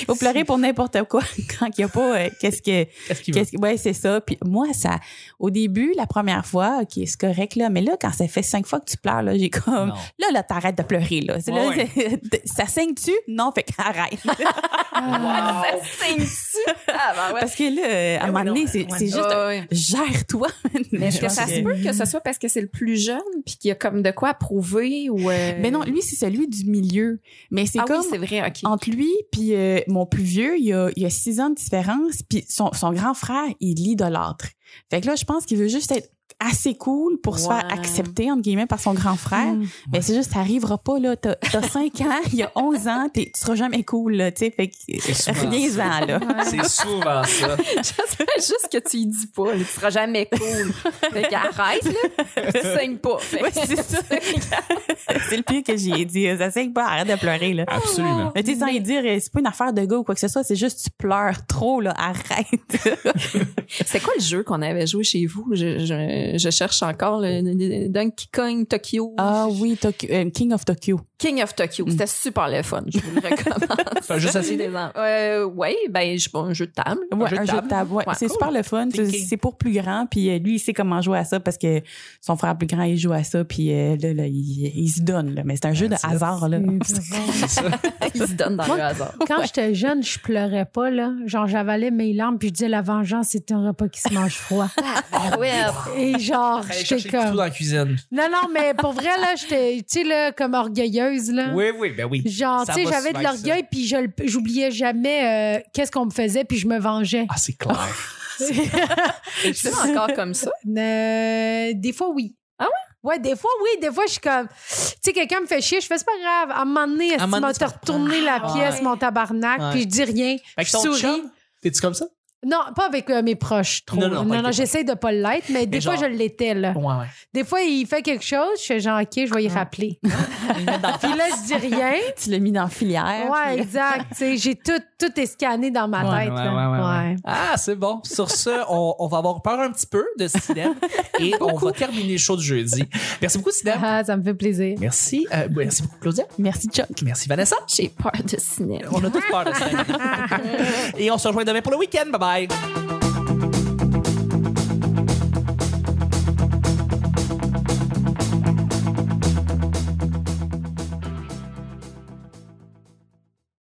Speaker 4: il faut pleurer pour n'importe quoi (laughs) quand il y a pas euh, qu'est-ce que
Speaker 1: Qu'est-ce qu'il veut?
Speaker 4: qu'est-ce que- ouais c'est ça. Puis moi ça au début la première fois ok c'est correct là, mais là quand ça fait cinq fois que tu pleures là j'ai comme
Speaker 1: Non.
Speaker 4: là là t'arrêtes de pleurer là. C'est là,
Speaker 1: Ouais,
Speaker 4: (laughs) c'est- ça saigne tu Non fait qu'arrête. (laughs)
Speaker 3: Ah, Ça saigne-tu? Ah, ben ouais.
Speaker 4: Parce que là euh, à un moment donné c'est c'est juste
Speaker 3: Ah, ouais.
Speaker 4: (laughs) gère-toi.
Speaker 3: Mais est-ce
Speaker 4: Je
Speaker 3: que
Speaker 4: pense
Speaker 3: ça se peut que ce soit parce que c'est le plus jeune puis qu'il y a comme de quoi à prouver ou. euh,
Speaker 4: Mais non, lui, c'est celui du milieu. Mais c'est
Speaker 3: ah
Speaker 4: comme
Speaker 3: oui, c'est vrai, ok.
Speaker 4: entre lui puis euh, mon plus vieux, il y a, il y a six ans de différence, puis son, son grand frère, il l'idolâtre. Fait que là, je pense qu'il veut juste être assez cool pour se
Speaker 3: Ouais.
Speaker 4: faire accepter, entre guillemets, par son grand frère.
Speaker 2: Mm.
Speaker 4: Mais c'est juste, ça arrivera pas, là.
Speaker 3: (laughs)
Speaker 4: T'as, t'as cinq ans, il y a 11 ans, t'es, tu seras jamais cool, là, tu sais. Fait que,
Speaker 1: C'est souvent
Speaker 4: (laughs)
Speaker 3: (laughs)
Speaker 4: rien-en, là.
Speaker 1: C'est souvent ça.
Speaker 3: J'espère (laughs) juste que tu y dis pas. là, tu seras jamais cool. fait qu'arrête, là. Tu saignes pas. Fait
Speaker 4: Ouais,
Speaker 3: que-
Speaker 4: c'est ça. c'est le pire que j'ai dit. Ça saigne pas, arrête de pleurer, là.
Speaker 1: Absolument.
Speaker 4: Mais tu sais, sans y dire, euh, c'est pas une affaire de gars ou quoi que ce soit, c'est juste, tu pleures trop, là, arrête. (laughs)
Speaker 3: C'est quoi le jeu qu'on avait joué chez vous? Je, je- je cherche encore le, le- le- Donkey Kong Tokyo.
Speaker 4: Ah oui, Tokyo- Ah euh, King of Tokyo.
Speaker 3: King of Tokyo. C'était super le fun. Je vous le
Speaker 2: Oh.
Speaker 3: recommande.
Speaker 1: C'est un jeu de société?
Speaker 3: Euh, ouais, ben, je, bon, un jeu de (laughs) table.
Speaker 4: Ouais,
Speaker 1: jeu de
Speaker 4: un jeu de
Speaker 1: table.
Speaker 4: table. ouais.
Speaker 3: Ouais,
Speaker 4: c'est
Speaker 1: cool.
Speaker 4: super le fun. C'est-
Speaker 1: Thinking.
Speaker 4: C'est pour plus grand. Puis euh, lui, il sait comment jouer à ça parce que son frère plus grand, il joue à ça. Puis euh, là, là, il, il se donne. là. Mais c'est un jeu de
Speaker 1: That's it.
Speaker 4: hasard. Là.
Speaker 3: Il se donne dans le hasard.
Speaker 2: Quand j'étais jeune, je pleurais pas, là. Genre, j'avalais mes larmes, puis je disais, la vengeance, c'est un repas qui se
Speaker 1: (laughs)
Speaker 2: mange froid.
Speaker 3: Ah, ouais,
Speaker 2: Et genre,
Speaker 1: Aller chercher le
Speaker 2: j'étais
Speaker 1: couteau
Speaker 2: comme.
Speaker 1: dans la cuisine.
Speaker 2: Non, non, mais pour vrai, là, j'étais, tu sais, là, comme orgueilleuse, là.
Speaker 1: Oui, oui, ben oui.
Speaker 2: Genre,
Speaker 1: Ça
Speaker 2: tu sais,
Speaker 1: va
Speaker 2: j'avais de
Speaker 1: souvent avec ça.
Speaker 2: l'orgueil, puis je le- j'oubliais jamais euh, qu'est-ce qu'on me faisait, puis je me vengeais.
Speaker 1: Ah, c'est
Speaker 2: Oh.
Speaker 1: clair.
Speaker 3: je suis encore comme ça.
Speaker 2: Euh, des fois, oui.
Speaker 3: Ah
Speaker 2: ouais? Ouais, des fois, oui. Des fois, je suis comme. Tu sais, quelqu'un me fait chier, je fais, c'est pas grave. À un moment donné, est-ce
Speaker 1: À un
Speaker 2: qu'il
Speaker 1: moment
Speaker 2: m'a
Speaker 1: donné, tu comprends.
Speaker 2: retourné la
Speaker 1: Ah,
Speaker 2: pièce,
Speaker 3: ouais.
Speaker 2: mon tabarnak,
Speaker 1: Ouais.
Speaker 2: puis je dis rien.
Speaker 1: Fait que
Speaker 2: je
Speaker 1: ton
Speaker 2: souris.
Speaker 1: chum, t'es-tu comme ça?
Speaker 2: Non, pas avec euh, mes proches, trop.
Speaker 1: Non,
Speaker 2: Non,
Speaker 1: non,
Speaker 2: non,
Speaker 1: pas avec tes
Speaker 2: j'essaie de pas l'être, mais, des
Speaker 1: genre-
Speaker 2: fois, je l'étais, là.
Speaker 1: Ouais, ouais.
Speaker 2: Des fois, il fait quelque chose, je fais, genre, OK, je vais y rappeler.
Speaker 1: (laughs)
Speaker 2: puis là, je dis rien.
Speaker 4: tu l'as mis dans la filière.
Speaker 2: Ouais,
Speaker 4: puis- euh,
Speaker 2: exact. Tu sais, J'ai tout, tout est scanné dans ma
Speaker 1: Ouais,
Speaker 2: tête.
Speaker 1: ouais,
Speaker 2: là.
Speaker 1: ouais, ouais, ouais.
Speaker 2: Ouais.
Speaker 1: Ah, c'est bon. Sur ce, on, on va avoir peur un petit peu de Sidem
Speaker 2: (laughs)
Speaker 1: et on va terminer le show de jeudi. Merci beaucoup, Sidem.
Speaker 2: Ah, ça me fait plaisir.
Speaker 1: Merci. euh, merci beaucoup, Claudia.
Speaker 4: Merci, Chuck.
Speaker 1: Merci, Vanessa.
Speaker 3: J'ai peur de cinéma.
Speaker 1: On a tous peur de Sidem. et on se rejoint demain pour le week-end. Bye bye.